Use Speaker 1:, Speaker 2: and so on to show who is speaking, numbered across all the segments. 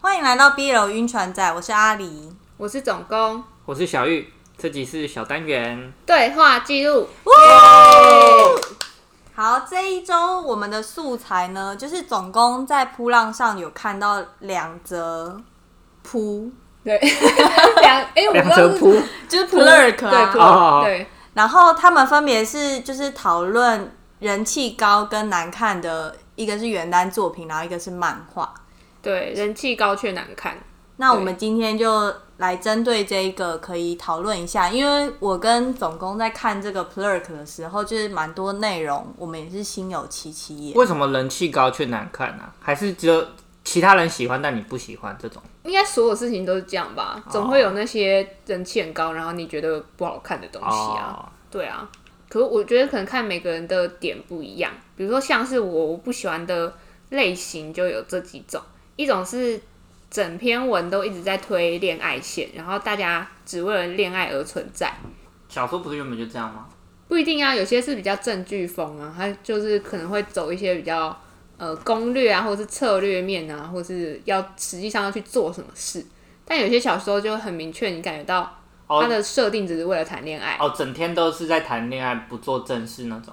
Speaker 1: 欢迎来到 B 楼晕船仔，我是阿狸。
Speaker 2: 我是总工，
Speaker 3: 我是小玉，这集是小单元，
Speaker 2: 对话记录。
Speaker 1: 好，这一周我们的素材呢，就是总共在扑浪上有看到两则扑，
Speaker 2: 对， 两哎、我不
Speaker 3: 两
Speaker 2: 知道
Speaker 3: 折
Speaker 2: 是
Speaker 3: 扑
Speaker 1: 就是 plurk
Speaker 2: 对扑
Speaker 1: 啊。
Speaker 3: 哦
Speaker 2: 对
Speaker 1: 然后他们分别是就是讨论人气高跟难看的，一个是原单作品，然后一个是漫画。
Speaker 2: 对，人气高却难看。
Speaker 1: 那我
Speaker 2: 对
Speaker 1: 们今天就来针对这一个可以讨论一下，因为我跟总工在看这个 plurk 的时候，就是蛮多内容，我们也是心有戚戚焉。
Speaker 3: 为什么人气高却难看呢、还是只有其他人喜欢，但你不喜欢这种？
Speaker 2: 应该所有事情都是这样吧，总会有那些人气很高，然后你觉得不好看的东西啊。
Speaker 3: 哦，
Speaker 2: 对啊，可是我觉得可能看每个人的点不一样，比如说像是我我不喜欢的类型就有这几种，一种是整篇文都一直在推恋爱线，然后大家只为了恋爱而存在。
Speaker 3: 小说不是原本就这样吗？
Speaker 2: 不一定啊，有些是比较正剧风啊，它就是可能会走一些比较呃攻略啊，或者是策略面啊，或是要实际上要去做什么事。但有些小说就很明确，你感觉到它
Speaker 3: 哦
Speaker 2: 的设定只是为了谈恋爱，
Speaker 3: 哦，整天都是在谈恋爱，不做正事那种。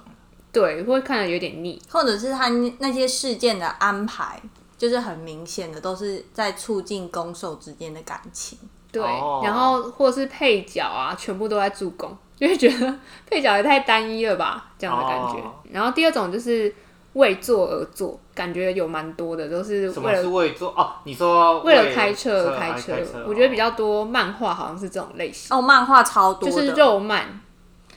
Speaker 2: 对，会看得有点腻。
Speaker 1: 或者是他那些事件的安排，就是很明显的，都是在促进攻受之间的感情。
Speaker 2: 对，
Speaker 3: 哦
Speaker 2: 然后或是配角啊，全部都在助攻，就会觉得 配角也太单一了吧，这样的感觉。
Speaker 3: 哦
Speaker 2: 然后第二种就是为做而做，感觉有蛮多的，都是
Speaker 3: 什
Speaker 2: 为
Speaker 3: 么
Speaker 2: 了
Speaker 3: 是为做？哦，你说
Speaker 2: 为了开车而
Speaker 3: 开
Speaker 2: 开车，我
Speaker 3: 哦
Speaker 2: 觉得比较多漫画好像是这种类型，
Speaker 1: 哦，漫画超多
Speaker 2: 就
Speaker 1: 的，
Speaker 2: 是肉漫，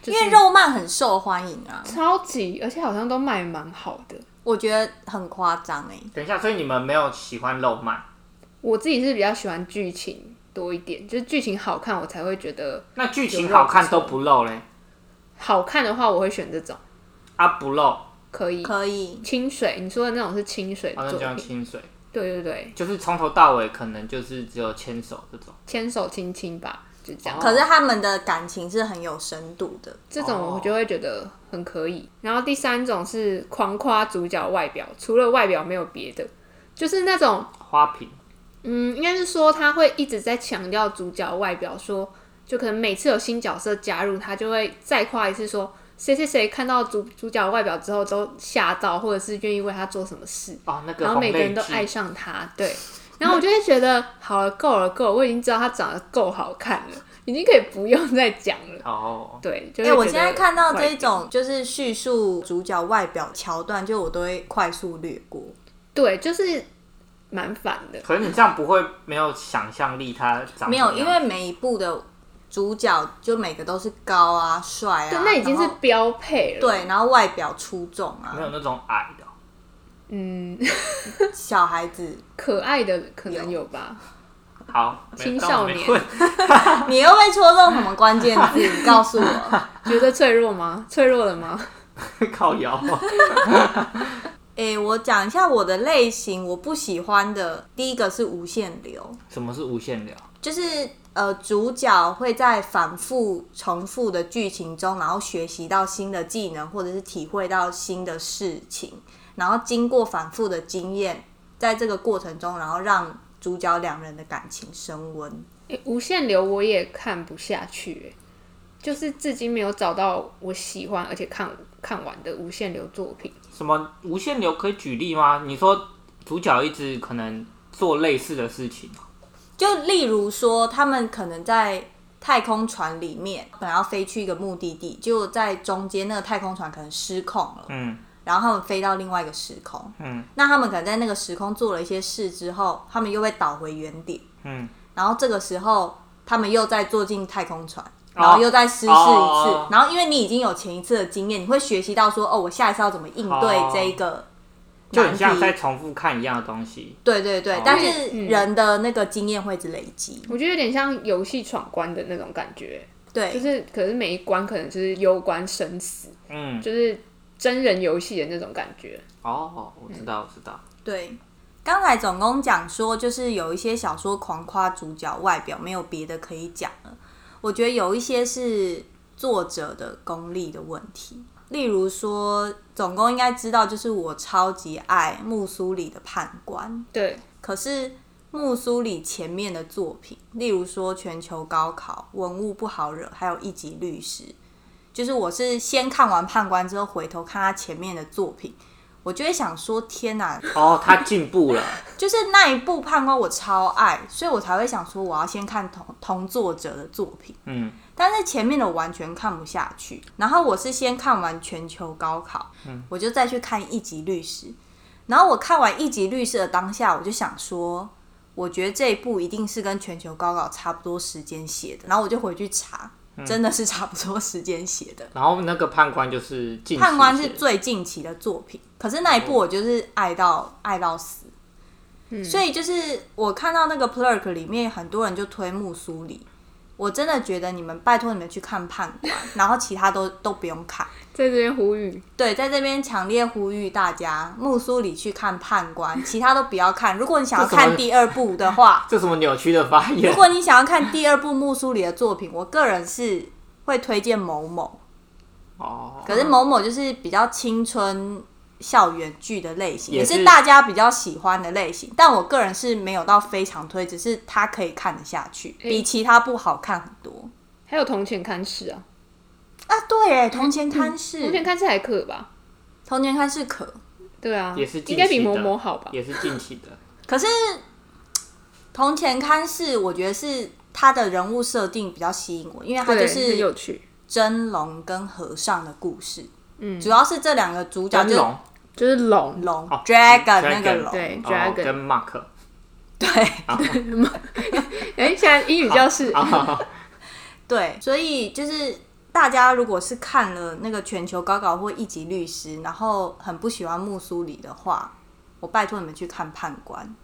Speaker 2: 就
Speaker 1: 因
Speaker 2: 是
Speaker 1: 为肉漫很受欢迎啊，
Speaker 2: 超级，而且好像都卖蛮好的。
Speaker 1: 我觉得很夸张哎。
Speaker 3: 等一下，所以你们没有喜欢肉漫？
Speaker 2: 我自己是比较喜欢剧情多一点，就是剧情好看我才会觉得
Speaker 3: 那剧情好看
Speaker 2: 有肉
Speaker 3: 都不露嘞？
Speaker 2: 好看的话，我会选这种
Speaker 3: 啊，不露，哦，
Speaker 2: 可以
Speaker 1: 可以，
Speaker 2: 清水。你说的那种是清水
Speaker 3: 那
Speaker 2: 的
Speaker 3: 就
Speaker 2: 作
Speaker 3: 叫
Speaker 2: 品，
Speaker 3: 清水，
Speaker 2: 对对对，
Speaker 3: 就是从头到尾可能就是只有牵手这种。
Speaker 2: 牵手亲亲吧，就
Speaker 3: 哦
Speaker 2: 这样。
Speaker 1: 可是他们的感情是很有深度的，
Speaker 2: 这种我就会觉得很可以。然后第三种是狂夸主角外表，除了外表没有别的，就是那种
Speaker 3: 哦花瓶，
Speaker 2: 嗯，应该是说他会一直在强调主角外表说，就可能每次有新角色加入，他就会再夸一次说谁谁谁看到主主角外表之后都吓到，或者是愿意为他做什么事，
Speaker 3: 哦，那个
Speaker 2: 然后
Speaker 3: 红
Speaker 2: 每个
Speaker 3: 泪
Speaker 2: 人都
Speaker 3: 剧
Speaker 2: 爱上他，对。然后我就会觉得好了，够了，够了，我已经知道他长得够好看了，已经可以不用再讲了。
Speaker 3: 哦，
Speaker 2: 对，就
Speaker 1: 哎、
Speaker 2: 会
Speaker 1: 我
Speaker 2: 觉
Speaker 1: 现在
Speaker 2: 得
Speaker 1: 看到
Speaker 2: 外
Speaker 1: 这
Speaker 2: 表
Speaker 1: 种就是叙述主角外表桥段，就我都会快速略过。
Speaker 2: 对，就是蛮烦的。
Speaker 3: 可是你这样不会没有想象力，他长
Speaker 1: 没有，
Speaker 3: 怎么
Speaker 2: 啊
Speaker 1: 因
Speaker 3: 样
Speaker 1: 为每一部的主角就每个都是高啊、帅啊，
Speaker 2: 对，那已经是
Speaker 1: 然后
Speaker 2: 标配了。，
Speaker 1: 对，然后外表出众啊
Speaker 3: 没，有那种矮的哦。
Speaker 2: 嗯，
Speaker 1: 小孩子，
Speaker 2: 可爱的可能有吧。
Speaker 3: 好，没
Speaker 2: 青少年
Speaker 3: 但我没问
Speaker 1: 你又被戳中什么关键字？你告诉我。
Speaker 2: 觉得脆弱吗？脆弱了吗？
Speaker 3: 靠腰，
Speaker 1: 诶、我讲一下我的类型，我不喜欢的第一个是无限流，
Speaker 3: 什么是无限流？
Speaker 1: 就是呃主角会在反复重复的剧情中，然后学习到新的技能，或者是体会到新的事情，然后经过反复的经验，在这个过程中，然后让主角两人的感情升温。
Speaker 2: 诶无限流我也看不下去、诶就是至今没有找到我喜欢而且看看完的无限流作品。
Speaker 3: 什么无限流可以举例吗？你说主角一直可能做类似的事情，
Speaker 1: 就例如说，他们可能在太空船里面本来要飞去一个目的地，结果在中间那个太空船可能失控了，
Speaker 3: 嗯
Speaker 1: 然后他们飞到另外一个时空，
Speaker 3: 嗯
Speaker 1: 那他们可能在那个时空做了一些事之后，他们又被导回原点，
Speaker 3: 嗯，
Speaker 1: 然后这个时候他们又再坐进太空船。然后又再失事一次
Speaker 3: 哦
Speaker 1: 然后因为你已经有前一次的经验，你会学习到说，哦，我下一次要怎么应对
Speaker 3: 哦
Speaker 1: 这一个
Speaker 3: 就
Speaker 1: 难
Speaker 3: 很
Speaker 1: 题。
Speaker 3: 像在重复看一样的东西。
Speaker 1: 对对对，
Speaker 3: 哦
Speaker 1: 但是
Speaker 2: 嗯
Speaker 1: 人的那个经验会一直累积。
Speaker 2: 我觉得有点像游戏闯关的那种感觉、
Speaker 1: 对，
Speaker 2: 就是可是每一关可能就是攸关生死，
Speaker 3: 嗯，
Speaker 2: 就是真人游戏的那种感觉。
Speaker 3: 哦，我知道，我知道。
Speaker 1: 对，刚才总工讲说，就是有一些小说狂夸主角外表，没有别的可以讲了。我觉得有一些是作者的功力的问题，例如说，总工应该知道，就是我超级爱穆苏里的判官，
Speaker 2: 对，
Speaker 1: 可是目梳理前面的作品，例如说《全球高考》《文物不好惹》，还有《一级律师》。就是我是先看完《判官》之后，回头看他前面的作品，我就会想说：天哪！
Speaker 3: 哦，他进步了，
Speaker 1: 就是那一部《判官》，我超爱，所以我才会想说我要先看同同作者的作品。
Speaker 3: 嗯，
Speaker 1: 但是前面的我完全看不下去。然后我是先看完全球高考，我就再去看一级律师。然后我看完一级律师的当下，我就想说，我觉得这一部一定是跟全球高考差不多时间写的。然后我就回去查，真的是差不多时间写的。
Speaker 3: 然后那个判官就是进
Speaker 1: 判官是
Speaker 3: 士写的
Speaker 1: 最近期的作品，可是那一部我就是爱到爱到死。所以就是我看到那个 Plurk 里面很多人就推木苏里，我真的觉得你们拜托你们去看判官，然后其他都都不用看。
Speaker 2: 在这边呼吁，
Speaker 1: 对，在这边强烈呼吁大家，木苏里去看判官，其他都不要看。如果你想要
Speaker 3: 这什么
Speaker 1: 看第二部的话，
Speaker 3: 这什么 扭曲的发言
Speaker 1: 如？果你想要看第二部木苏里的作品，我个人是会推荐某某。
Speaker 3: 哦，
Speaker 1: 可是某某就是比较青春校园剧的类型，
Speaker 3: 也
Speaker 1: 也
Speaker 3: 是
Speaker 1: 是大家比较喜欢的类型。但我个人是没有到非常推，只是它可以看得下去，比其他部好看很多。
Speaker 2: 还有铜钱看事啊，
Speaker 1: 啊，对耶，铜钱龛
Speaker 2: 铜钱
Speaker 1: 是
Speaker 2: 看事还可以吧？
Speaker 1: 铜钱龛是可，
Speaker 2: 对啊，
Speaker 3: 也是近
Speaker 2: 应该比
Speaker 3: 期的
Speaker 2: 某某好吧？
Speaker 3: 也是近期的，
Speaker 1: 可是铜钱龛是我觉得是他的人物设定比较吸引我，因为他
Speaker 2: 对，
Speaker 1: 就
Speaker 2: 很有
Speaker 1: 是
Speaker 2: 趣，
Speaker 1: 真龙跟和尚的故事。嗯，主要是这两个主角
Speaker 3: 真
Speaker 1: 就是哎
Speaker 3: 龙
Speaker 2: 就是龙，
Speaker 1: 龙
Speaker 3: 哦
Speaker 1: dragon 那
Speaker 3: dragon，
Speaker 1: 个龙，
Speaker 2: 对
Speaker 3: 哦跟
Speaker 2: ，dragon，
Speaker 3: Mark
Speaker 1: 对。
Speaker 2: 哎，现在英语教室
Speaker 3: 啊，
Speaker 1: 对，所以就是大家如果是看了那个全球高考或一级律师，然后很不喜欢穆苏里的话，我拜托你们去看判官。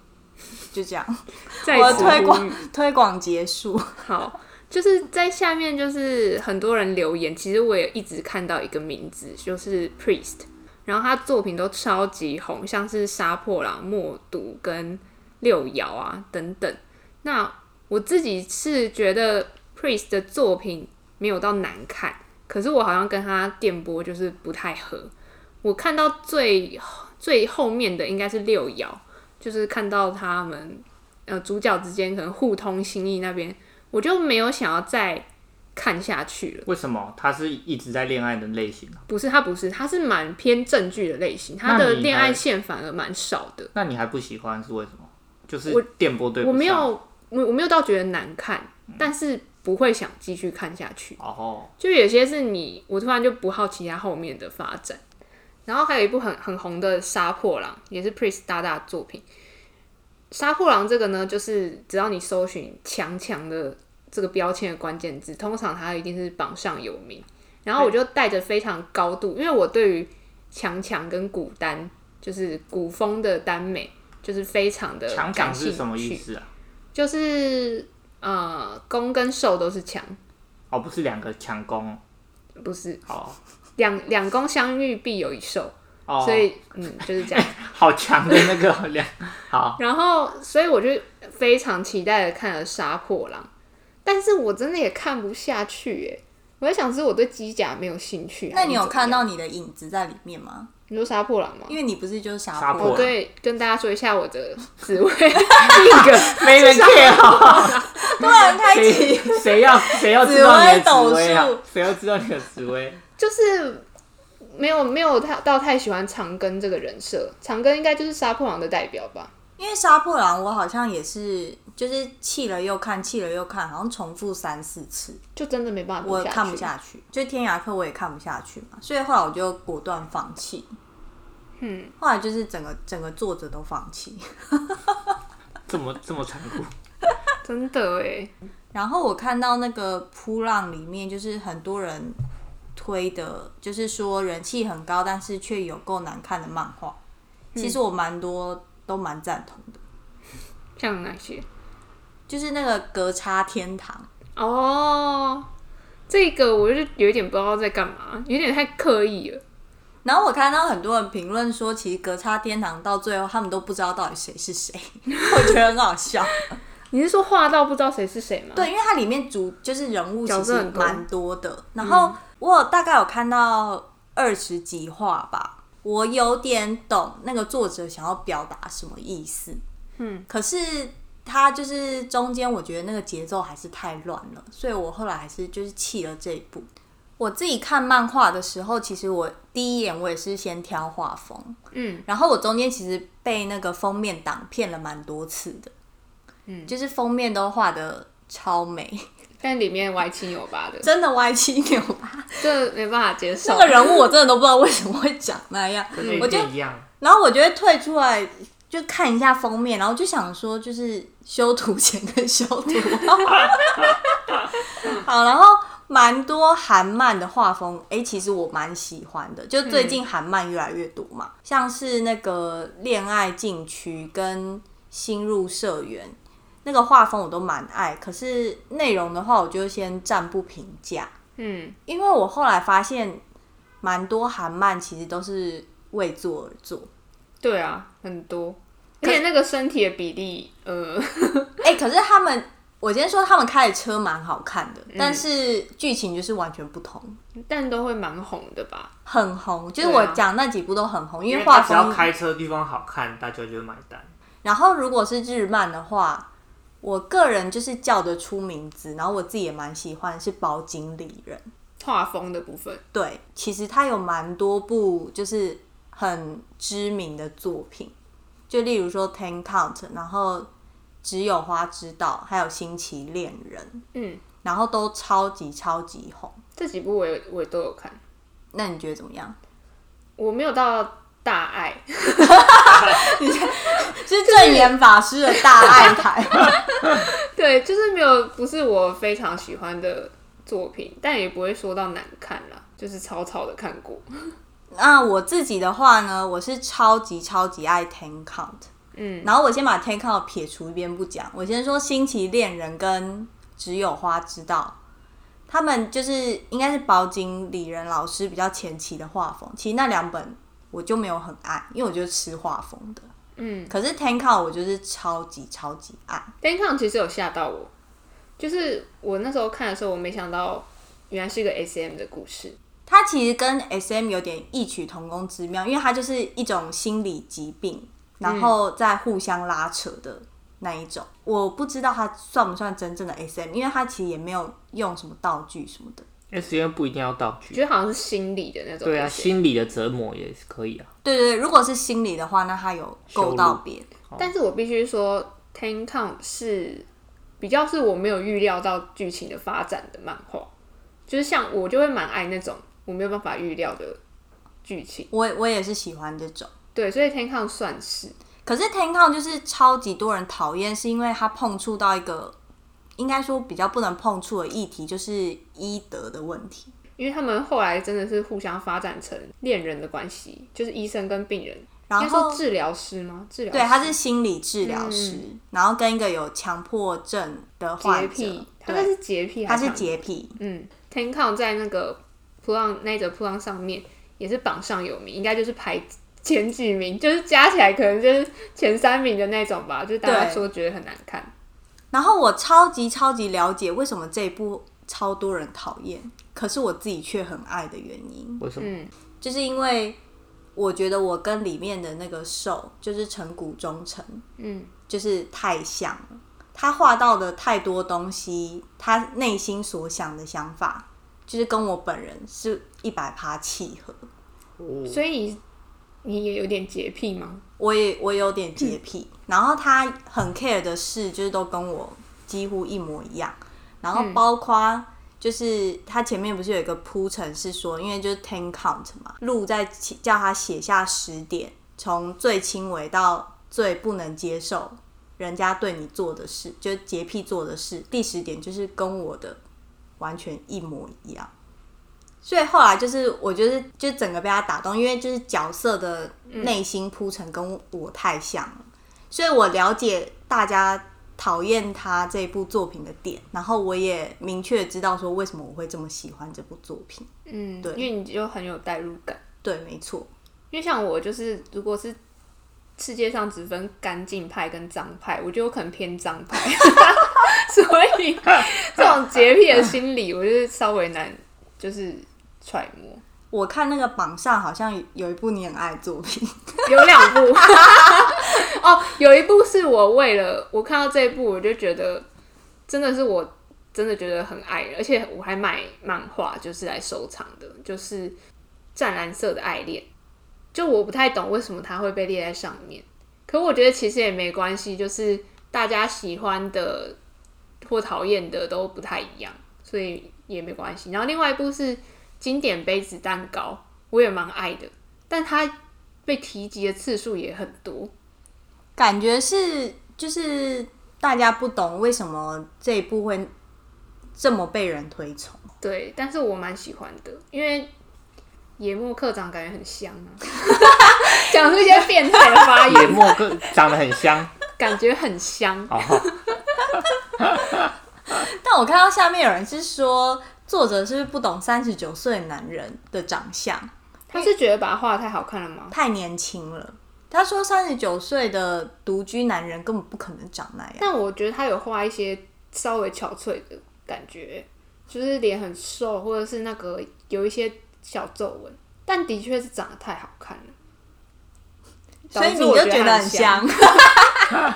Speaker 1: 就这样，
Speaker 2: 再
Speaker 1: 我的
Speaker 2: 次
Speaker 1: 推
Speaker 2: 呼
Speaker 1: 广
Speaker 2: 吁
Speaker 1: 推广结束。
Speaker 2: 好，就是在下面就是很多人留言，其实我也一直看到一个名字，就是 Priest，然后他作品都超级红，像是《杀破狼》《默读》跟《六爻》啊等等。那我自己是觉得 Priest 的作品没有到难看，可是我好像跟他电波就是不太合。我看到最最后面的应该是六爻，就是看到他们呃主角之间可能互通心意那边，我就没有想要再看下去了。
Speaker 3: 为什么他是一直在恋爱的类型啊？
Speaker 2: 不是，他不是，他是蛮偏正剧的类型，
Speaker 3: 那
Speaker 2: 他的
Speaker 3: 你
Speaker 2: 恋
Speaker 3: 还
Speaker 2: 爱线反而蛮少的。
Speaker 3: 那你还不喜欢是为什么？就是啊
Speaker 2: 我
Speaker 3: 电波对不
Speaker 2: 我
Speaker 3: 上
Speaker 2: 没有，我我没有到觉得难看，但是不会想继续看下去。
Speaker 3: 哦，
Speaker 2: 就有些是你，我突然就不好奇它后面的发展。然后还有一部很很红的《杀破狼》，也是 Priest 大大的作品。《杀破狼》这个呢，就是只要你搜寻“强强”的这个标签的关键字，通常它一定是榜上有名。然后我就带着非常高度，因为我对于强强跟古丹，就是古风的耽美，就是非常
Speaker 1: 呃
Speaker 2: 的
Speaker 3: 强
Speaker 2: 感
Speaker 3: 强
Speaker 2: 兴
Speaker 3: 是
Speaker 2: 趣。
Speaker 3: 什么意思啊？
Speaker 2: 就是呃，攻跟受都是强，
Speaker 3: 哦，不是两个强攻哦
Speaker 2: 不是
Speaker 3: 哦
Speaker 2: 两两公相遇必有一受，
Speaker 3: 哦，
Speaker 2: 所以嗯就是 这样。
Speaker 3: 好强的那个 两好
Speaker 2: 然后所以我就非常期待的看了《杀破狼》，但是我真的也看不下去耶。我在想是我对机甲没有兴趣。
Speaker 1: 那你有看
Speaker 2: 还
Speaker 1: 到你的影子在里面吗？
Speaker 2: 是怎么样你说《杀破狼》吗？
Speaker 1: 因为你不是就是
Speaker 3: 杀
Speaker 1: 杀破
Speaker 3: 破狼
Speaker 1: 狼
Speaker 2: 我对，跟大家说一下我的职位， 第一个
Speaker 3: 没人 care 啊，
Speaker 1: 突然开启
Speaker 3: 谁谁要谁要知道你的
Speaker 1: 紫
Speaker 3: 紫
Speaker 1: 薇
Speaker 3: 薇啊
Speaker 1: 斗数？
Speaker 3: 谁要知道你的紫薇？
Speaker 2: 就是没有没有太到太喜欢长庚这个人设，长庚应该就是杀破狼的代表吧？
Speaker 1: 因为杀破狼，我好像也是就是气了又看，气了又看，好像重复三四次，
Speaker 2: 就真的没办法，
Speaker 1: 我看不
Speaker 2: 去。
Speaker 1: 下去。就天涯客我也看不下去嘛，所以后来我就果断放弃。
Speaker 2: 嗯，
Speaker 1: 后来就是整个整个作者都放弃。
Speaker 3: 这么这么残酷？
Speaker 2: 真的哎，
Speaker 1: 然后我看到那个扑浪里面，就是很多人推的，就是说人气很高，但是却有够难看的漫画。其实我蛮多都蛮赞同的，
Speaker 2: 像哪些？
Speaker 1: 就是那个《格差天堂
Speaker 2: 哦，这个我就是有一点不知道在干嘛，有点太刻意了。》。
Speaker 1: 然后我看到很多人评论说，其实《格差天堂》到最后他们都不知道到底谁是谁， 我觉得很好笑。
Speaker 2: 你是说画到不知道谁是谁吗？，
Speaker 1: 对，因为它里面主就是人物其
Speaker 2: 角色
Speaker 1: 实
Speaker 2: 很多嗯
Speaker 1: 蛮多的，然后我有大概有看到二十几话吧，我有点懂那个作者想要表达什么意思，嗯，可是它就是中间我觉得那个节奏还是太乱了，所以我后来还是就是弃了这一部。我自己看漫画的时候，其实我第一眼我也是先挑画风，
Speaker 2: 嗯，
Speaker 1: 然后我中间其实被那个封面党骗了蛮多次的，
Speaker 2: 嗯
Speaker 1: 就是封面都画的超美，
Speaker 2: 但里面歪七扭八的，
Speaker 1: 真的歪七扭八。
Speaker 2: 这没办法接受
Speaker 1: 这。个人物我真的都不知道为什么会长那样，
Speaker 3: 跟那
Speaker 1: 我就
Speaker 3: 片一样，
Speaker 1: 然后我就会退出来就看一下封面，然后就想说就是修图前跟修图 后，好，然后蛮多韩漫的画风，哎、其实我蛮喜欢的，就最近韩漫越来越多嘛，像是那个《恋爱禁区》跟《新入社员》。那个画风我都蛮爱，可是内容的话，我就先暂不评价。
Speaker 2: 嗯，
Speaker 1: 因为我后来发现，蛮多韩漫其实都是为做而做。
Speaker 2: 对啊，很多，而且那个身体的比例，呃，
Speaker 1: 哎、可是他们，我今天说他们开的车蛮好看的，但是剧情就是完全不同，
Speaker 2: 但都会蛮红的吧？
Speaker 1: 很红。就是
Speaker 2: 对啊
Speaker 1: 我讲那几部都很红，因为
Speaker 3: 他
Speaker 1: 画
Speaker 3: 只要
Speaker 1: 风。
Speaker 3: 开车地方好看，大家就会买单。
Speaker 1: 然后如果是日漫的话，我个人就是叫得出名字，然后我自己也蛮喜欢是宝井里人。
Speaker 2: 画风的部分，
Speaker 1: 对，其实他有蛮多部就是很知名的作品，就例如说《Ten Count》，然后《只有花知道》，还有《星期恋人》，
Speaker 2: 嗯，
Speaker 1: 然后都超级超级红。
Speaker 2: 这几部我也我也都有看，
Speaker 1: 那你觉得怎么样？
Speaker 2: 我没有到大爱，
Speaker 1: 是正言法师的大爱台。
Speaker 2: 对，就是没有不是我非常喜欢的作品，但也不会说到难看啦，就是草草的看过。
Speaker 1: 那我自己的话呢，我是超级超级爱 Ten Count，
Speaker 2: 嗯，
Speaker 1: 然后我先把 Ten Count 撇除一边不讲，我先说《星期恋人》跟《只有花知道》，他们就是应该是宝井李仁老师比较前期的画风，其实那两本我就没有很爱，因为我就是吃画风的。
Speaker 2: 嗯，
Speaker 1: 可是 Ten Count 我就是超级超级爱，
Speaker 2: 单看其实有吓到我，就是我那时候看的时候，我没想到原来是一个 S M 的故事。
Speaker 1: 它其实跟 SM 有点异曲同工之妙，因为它就是一种心理疾病，然后再互相拉扯的那一种。我不知道它算不算真正的 SM，因为它其实也没有用什么道具什么的。
Speaker 3: S M 不一定要道具，
Speaker 2: 觉得好像是心理的那种。
Speaker 3: 对啊，心理的折磨也是可以啊。
Speaker 1: 对对对，如果是心理的话，那它有够到别的。
Speaker 2: 但是我必须说，Ten Count 是比较是我没有预料到剧情的发展的漫画，就是像我就会蛮爱那种我没有办法预料的剧情。
Speaker 1: 我我也是喜欢这种，
Speaker 2: 对，所以 Ten Count 算是
Speaker 1: 可是 Ten Count 就是超级多人讨厌，是因为它碰触到一个应该说比较不能碰触的议题，就是医德的问题。
Speaker 2: 因为他们后来真的是互相发展成恋人的关系，就是医生跟病人，应
Speaker 1: 然
Speaker 2: 该
Speaker 1: 后
Speaker 2: 说治疗师吗？治疗
Speaker 1: 对，
Speaker 2: 师
Speaker 1: 他是心理治
Speaker 2: 嗯
Speaker 1: 疗师，然后跟一个有强迫症的
Speaker 2: 洁
Speaker 1: 患者
Speaker 2: 癖，，他那
Speaker 1: 对，
Speaker 2: 是洁癖还
Speaker 1: 他
Speaker 2: 是
Speaker 1: 是洁
Speaker 2: 洁？
Speaker 1: 癖，
Speaker 2: 嗯，Ten Count 在那个 Plan 那一则 Plan 上面也是榜上有名，应该就是排前几名，就是加起来可能就是前三名的那种吧，就是大家
Speaker 1: 对
Speaker 2: 说觉得很难看。
Speaker 1: 然后我超级超级了解为什么这一部超多人讨厌，可是我自己却很爱的原因，
Speaker 3: 为什么？
Speaker 2: 嗯，
Speaker 1: 就是因为我觉得我跟里面的那个兽，就是成谷忠诚，
Speaker 2: 嗯，
Speaker 1: 就是太像了。他画到的太多东西，他内心所想的想法，就是跟我本人是一百趴契合。嗯
Speaker 3: 哦
Speaker 2: 所以你也有点洁癖吗？
Speaker 1: 我也我有点洁癖，然后他很 care 的事就是都跟我几乎一模一样，然后包括就是他前面不是有一个铺陈是说，因为就是 ten count 嘛，路在起叫他写下十点，从最轻微到最不能接受人家对你做的事，就是洁癖做的事，第十点就是跟我的完全一模一样。所以后来就是，我就是就整个被他打动，因为就是角色的内心铺陈跟我太像了，所以我了解大家讨厌他这部作品的点，然后我也明确知道说为什么我会这么喜欢这部作品。
Speaker 2: 嗯，对，因为你就很有代入感。
Speaker 1: 对，没错，
Speaker 2: 因为像我就是，如果是世界上只分干净派跟脏派，我觉得我可能偏脏派， 所以这种洁癖的心理，我就是稍微难就是揣摩。
Speaker 1: 我看那个榜上好像有一部你很爱的作品，
Speaker 2: 有两部哦，有一部是我为了我看到这一部，我就觉得真的是我真的觉得很爱，而且我还买漫画就是来收藏的，就是《湛蓝色的爱恋》，就我不太懂为什么它会被列在上面，可我觉得其实也没关系，就是大家喜欢的或讨厌的都不太一样，所以也没关系。然后另外一部是《经典杯子蛋糕》，我也蛮爱的，但它被提及的次数也很多。
Speaker 1: 感觉是就是大家不懂为什么这一部会这么被人推崇。
Speaker 2: 对，但是我蛮喜欢的，因为野木课长感觉很香啊， 讲出一些变态的发
Speaker 3: 野
Speaker 2: 言，
Speaker 3: 墨更长得很 香
Speaker 2: 感觉很香。
Speaker 3: 哦，
Speaker 1: 但我看到下面有人是说，作者是不是不懂三十九岁男人的长相
Speaker 2: 他是觉得把它画的太好看了吗？
Speaker 1: 太年轻了？他说三十九岁的独居男人根本不可能长那样。
Speaker 2: 但我觉得他有画一些稍微憔悴的感觉，就是脸很瘦，或者是那个有一些小皱纹，但的确是长得太好看了。
Speaker 1: 所以你
Speaker 2: 导致我
Speaker 1: 就
Speaker 2: 觉
Speaker 1: 觉
Speaker 2: 得
Speaker 1: 得
Speaker 2: 他
Speaker 1: 很香，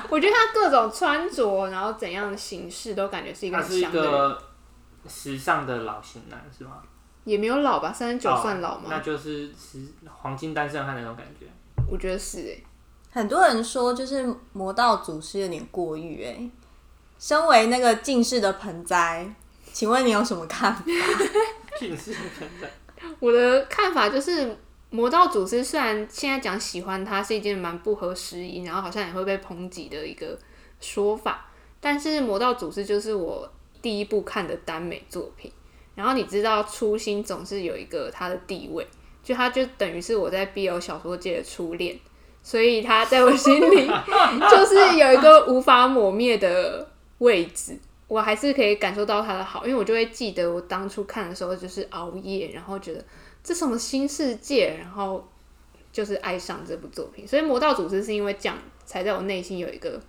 Speaker 2: 我觉得他各种穿着，然后怎样的形式，都感觉是一个
Speaker 3: 他
Speaker 2: 很
Speaker 3: 是一
Speaker 2: 香的人。
Speaker 3: 个时尚的老型男是吗？
Speaker 2: 也没有老吧，三十九算老
Speaker 3: 哦
Speaker 2: 吗？
Speaker 3: 那就是时黄金单身汉那种感 觉。
Speaker 2: 我觉得是诶、 欸
Speaker 1: 很多人说就是魔道祖师有点过誉哎、身为那个近视的盆栽，请问你有什么看法？
Speaker 3: 近视真的
Speaker 2: 我的看法就是，魔道祖师虽然现在讲喜欢他是一件蛮不合时宜，然后好像也会被抨击的一个说法，但是魔道祖师就是我第一部看的耽美作品。然后你知道，初心总是有一个他的地位，就他就等于是我在 BL 小说界的初恋，所以他在我心里就是有一个无法抹灭的位置。我还是可以感受到他的好，因为我就会记得我当初看的时候就是熬夜，然后觉得这什么新世界，然后就是爱上这部作品。所以《魔道祖师》是因为这样才在我内心有一个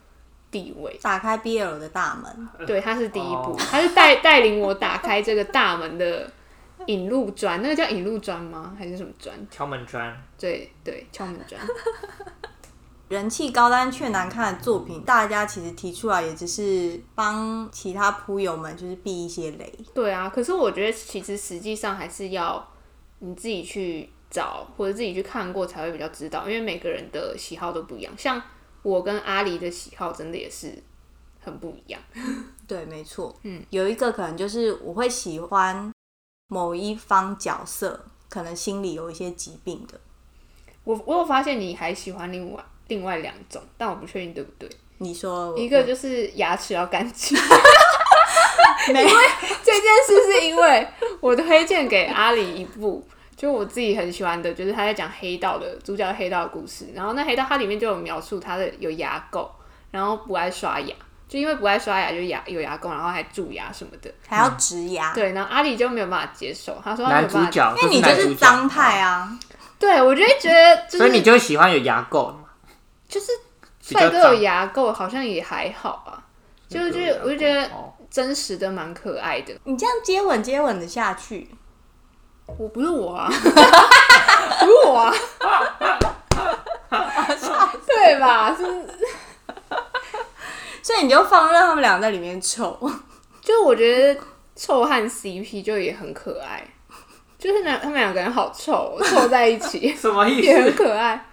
Speaker 2: 地位。
Speaker 1: 打开 BL 的大门，
Speaker 2: 对，它是第一部，
Speaker 3: 哦
Speaker 2: 它是带带领我打开这个大门的引路砖，那个叫引路砖吗？还是什么砖？
Speaker 3: 敲门砖。
Speaker 2: 对对，敲门砖。
Speaker 1: 人气高但却难看的作品，大家其实提出来也只是帮其他铺友们就是避一些雷。
Speaker 2: 对啊，可是我觉得其实实际上还是要你自己去找或者自己去看过才会比较知道，因为每个人的喜好都不一样。像我跟阿狸的喜好真的也是很不一样。
Speaker 1: 对，没错，嗯，有一个可能就是我会喜欢某一方角色，可能心里有一些疾病的，
Speaker 2: 我我有发现你还喜欢另外另外两种，但我不确定对不对。
Speaker 1: 你说我
Speaker 2: 一个就是牙齿要干净，
Speaker 1: 没
Speaker 2: 这件事是因为我推荐给阿里一部，就我自己很喜欢的，就是他在讲黑道的主角黑道的故事。然后那黑道它里面就有描述他的有牙垢，然后不爱刷牙，就因为不爱刷牙就牙有牙垢，然后还蛀牙什么的。
Speaker 1: 还要植牙，
Speaker 2: 对，然后阿里就没有办法接受，他说他没
Speaker 3: 男
Speaker 2: 有
Speaker 3: 主
Speaker 2: 办法。
Speaker 3: 角，
Speaker 1: 因为你
Speaker 3: 这
Speaker 1: 就是
Speaker 3: 男主
Speaker 1: 是
Speaker 3: 角哦
Speaker 1: 脏派，啊，
Speaker 2: 对，我就会觉得就
Speaker 3: 所以你
Speaker 2: 是
Speaker 3: 就喜欢有牙垢嘛？
Speaker 2: 就是
Speaker 3: 比
Speaker 2: 帅
Speaker 3: 较
Speaker 2: 哥有
Speaker 3: 脏
Speaker 2: 牙垢好像也还好啊，就是就是我就觉得
Speaker 3: 哦
Speaker 2: 真实的蛮可爱的。
Speaker 1: 你这样接吻接吻的下去，
Speaker 2: 我不是我啊， 不是我啊，对吧？是，
Speaker 1: 所以你就放任他们俩在里面臭。
Speaker 2: 就我觉得臭汉 CP 就也很可爱，就是那他们两个人好臭 哦、凑在一起
Speaker 3: 什么意
Speaker 2: 也很
Speaker 3: 思？
Speaker 2: 可爱，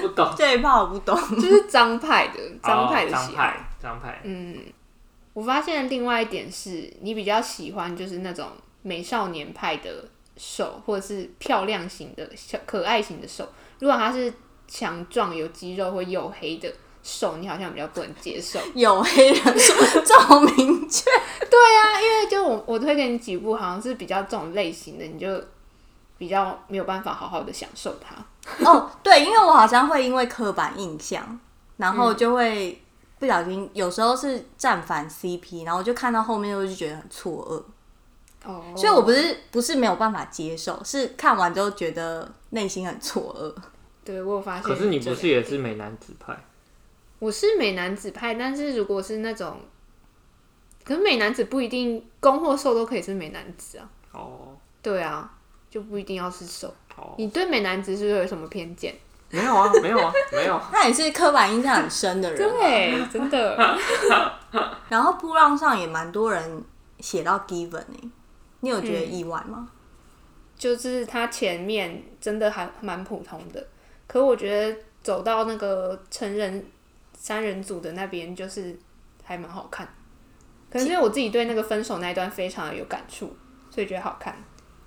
Speaker 3: 不 懂。
Speaker 1: 这一趴我不懂，
Speaker 2: 就是张派的张派的
Speaker 3: 哦张
Speaker 2: 喜好。
Speaker 3: 派，张派，
Speaker 2: 我发现另外一点是你比较喜欢就是那种美少年派的手，或者是漂亮型的小可爱型的手。如果他是强壮有肌肉或黝黑的手，你好像比较不能接 受。
Speaker 1: 有黑人说这么明确，
Speaker 2: 啊因为就我我推荐你几部，好像是比较这种类型的，你就比较没有办法好好的享受它。
Speaker 1: 哦，对，因为我好像会因为刻板印象，然后
Speaker 2: 嗯
Speaker 1: 就会不小心，有时候是站反 CP，然后就看到后面我就觉得很错愕，
Speaker 2: 哦，
Speaker 1: 所以我不是不是没有办法接受，是看完之后觉得内心很错愕。
Speaker 2: 对我有发现，
Speaker 3: 可是你不是也是美男子派？
Speaker 2: 我是美男子派，但是如果是那种，可是美男子不一定攻或受都可以是美男子啊。
Speaker 3: 哦，
Speaker 2: 对啊，就不一定要是瘦。
Speaker 3: 哦
Speaker 2: 你对美男子是不是有什么偏见？
Speaker 3: 没有啊，没有啊，没有。
Speaker 1: 他也是刻板印象很深 的人。
Speaker 2: 对，真的。
Speaker 1: 然后波浪上也蛮多人写到 Given 哎、你有觉得意外吗？
Speaker 2: 就是他前面真的还蛮普通的，可我觉得走到那个成人三人组的那边，就是还蛮好看。可能是因为我自己对那个分手那一段非常有感触，所以觉得好看。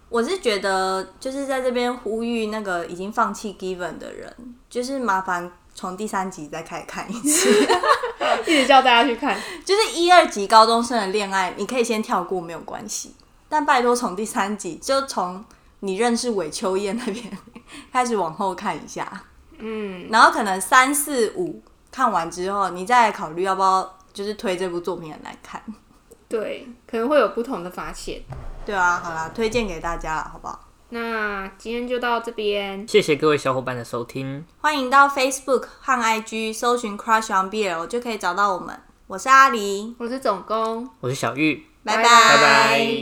Speaker 1: 我是觉得就是在这边呼吁那个已经放弃 Given 的人，就是麻烦从第三集再开始看一 次。
Speaker 2: 一直叫大家去看，
Speaker 1: 就是一二集高中生的恋爱，你可以先跳过没有关系，但拜托从第三集就从你认识韦秋燕那边开始往后看一下，嗯，然后可能三四五看完之后，你再考虑要不要就是推这部作品来看，
Speaker 2: 对，可能会有不同的发现。
Speaker 1: 对啊，好啦，推荐给大家了，好不好？
Speaker 2: 那今天就到这边，
Speaker 3: 谢谢各位小伙伴的收听，
Speaker 1: 欢迎到 Facebook 和 IG 搜寻 Crush on BL 就可以找到我们，我是阿狸，
Speaker 2: 我是总工，
Speaker 3: 我是小玉，
Speaker 1: 拜
Speaker 2: 拜
Speaker 3: 拜拜。